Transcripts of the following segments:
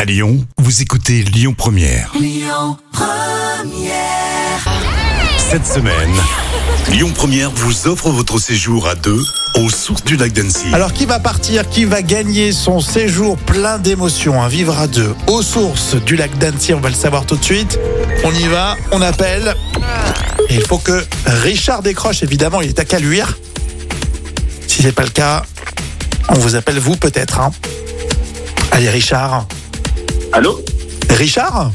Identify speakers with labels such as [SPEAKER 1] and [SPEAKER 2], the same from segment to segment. [SPEAKER 1] À Lyon, vous écoutez Lyon Première. Cette semaine, Lyon Première vous offre votre séjour à deux aux sources du lac d'Annecy.
[SPEAKER 2] Alors qui va partir, qui va gagner son séjour plein d'émotions, à vivre à deux, aux sources du lac d'Annecy, on va le savoir tout de suite. On y va, on appelle. Et il faut que Richard décroche, évidemment, il est à Caluire. Si c'est pas le cas, on vous appelle vous peut-être. hein. Allez Richard.
[SPEAKER 3] Allô
[SPEAKER 2] Richard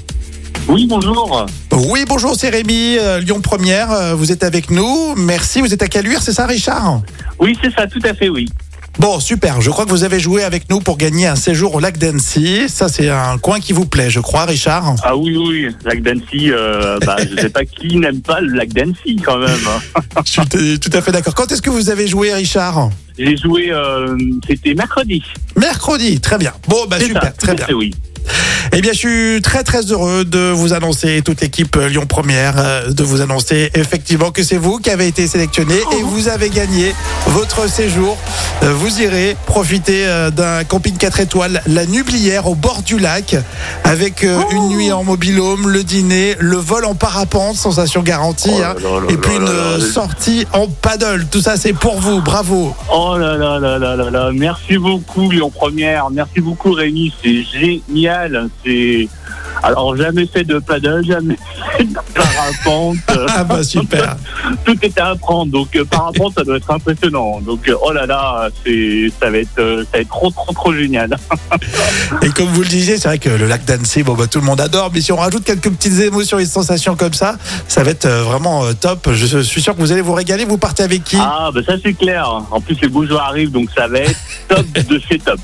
[SPEAKER 3] Oui, bonjour.
[SPEAKER 2] Oui, bonjour, c'est Rémi, euh, Lyon Première, euh, vous êtes avec nous. Merci, vous êtes à Caluire, c'est ça Richard
[SPEAKER 3] Oui, c'est ça, tout à fait, oui.
[SPEAKER 2] Bon, super. Je crois que vous avez joué avec nous pour gagner un séjour au lac d'Annecy. Ça, c'est un coin qui vous plaît, je crois, Richard.
[SPEAKER 3] Ah oui, oui, lac d'Annecy, euh, bah, je sais pas qui n'aime pas le lac d'Annecy quand même. hein.
[SPEAKER 2] Ah, Je suis t- tout à fait d'accord. Quand est-ce que vous avez joué, Richard
[SPEAKER 3] J'ai joué, euh, c'était mercredi.
[SPEAKER 2] Mercredi. Très bien. Bon, bah
[SPEAKER 3] C'est
[SPEAKER 2] super,
[SPEAKER 3] ça,
[SPEAKER 2] très
[SPEAKER 3] tout à
[SPEAKER 2] bien.
[SPEAKER 3] fait, oui.
[SPEAKER 2] Eh bien, je suis très très heureux de vous annoncer, toute l'équipe euh, Lyon Première, euh, de vous annoncer effectivement que c'est vous qui avez été sélectionné et
[SPEAKER 3] Oh.
[SPEAKER 2] vous avez gagné votre séjour. Euh, Vous irez profiter euh, d'un camping 4 étoiles, la Nublière, au bord du lac, avec euh,
[SPEAKER 3] Oh.
[SPEAKER 2] une nuit en mobilhome, le dîner, le vol en parapente, sensation garantie,
[SPEAKER 3] Oh là
[SPEAKER 2] hein,
[SPEAKER 3] là là
[SPEAKER 2] et puis
[SPEAKER 3] là
[SPEAKER 2] une
[SPEAKER 3] là
[SPEAKER 2] euh,
[SPEAKER 3] là.
[SPEAKER 2] sortie en paddle. Tout ça, c'est pour vous. Bravo.
[SPEAKER 3] Oh là là là là là là, merci beaucoup Lyon Première, merci beaucoup Rémi, c'est génial. C'est alors jamais fait de paddle, jamais fait de parapente.
[SPEAKER 2] Ah bah super.
[SPEAKER 3] tout est à apprendre. Donc euh, parapente, ça doit être impressionnant. Donc euh, oh là là, c'est ça va être euh, ça va être trop trop trop génial.
[SPEAKER 2] Et comme vous le disiez, c'est vrai que le lac d'Annecy, bon, bah, tout le monde adore, mais si on rajoute quelques petites émotions et sensations comme ça, ça va être euh, vraiment euh, top. Je suis sûr que vous allez vous régaler. Vous partez avec qui
[SPEAKER 3] Ah, bah ça c'est clair. En plus, les beaux jours arrivent, donc ça va être top de chez top.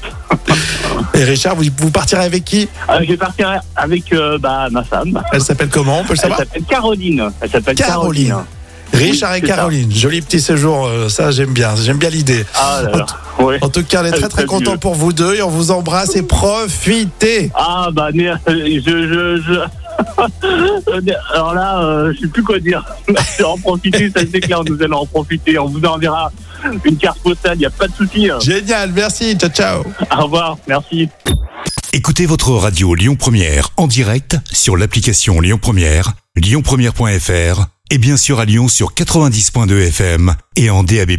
[SPEAKER 2] Et Richard, vous, vous partirez avec qui
[SPEAKER 3] Euh, je vais partir avec euh, bah, ma femme.
[SPEAKER 2] Elle s'appelle comment On peut le
[SPEAKER 3] Elle
[SPEAKER 2] savoir
[SPEAKER 3] s'appelle Caroline. Elle s'appelle
[SPEAKER 2] Caroline.
[SPEAKER 3] Caroline.
[SPEAKER 2] Richard et
[SPEAKER 3] c'est ça.
[SPEAKER 2] Caroline. Joli petit séjour, euh, ça j'aime bien. J'aime bien l'idée.
[SPEAKER 3] Ah là là. Ouais.
[SPEAKER 2] En tout cas, on est très très
[SPEAKER 3] Ah, Fabuleux.
[SPEAKER 2] content pour vous deux et on vous embrasse et profitez.
[SPEAKER 3] Ah bah mais, euh, je je je. Alors là, euh, je sais plus quoi dire. Je vais en profiter, ça c'est clair. Nous allons en profiter. On vous enverra une carte postale. Il n'y a pas de souci.
[SPEAKER 2] Génial, merci, ciao ciao.
[SPEAKER 3] Au revoir. Merci.
[SPEAKER 1] Écoutez votre radio Lyon Première en direct sur l'application Lyon Première, lyonpremière.fr et bien sûr à Lyon sur 90.2 FM et en DAB+.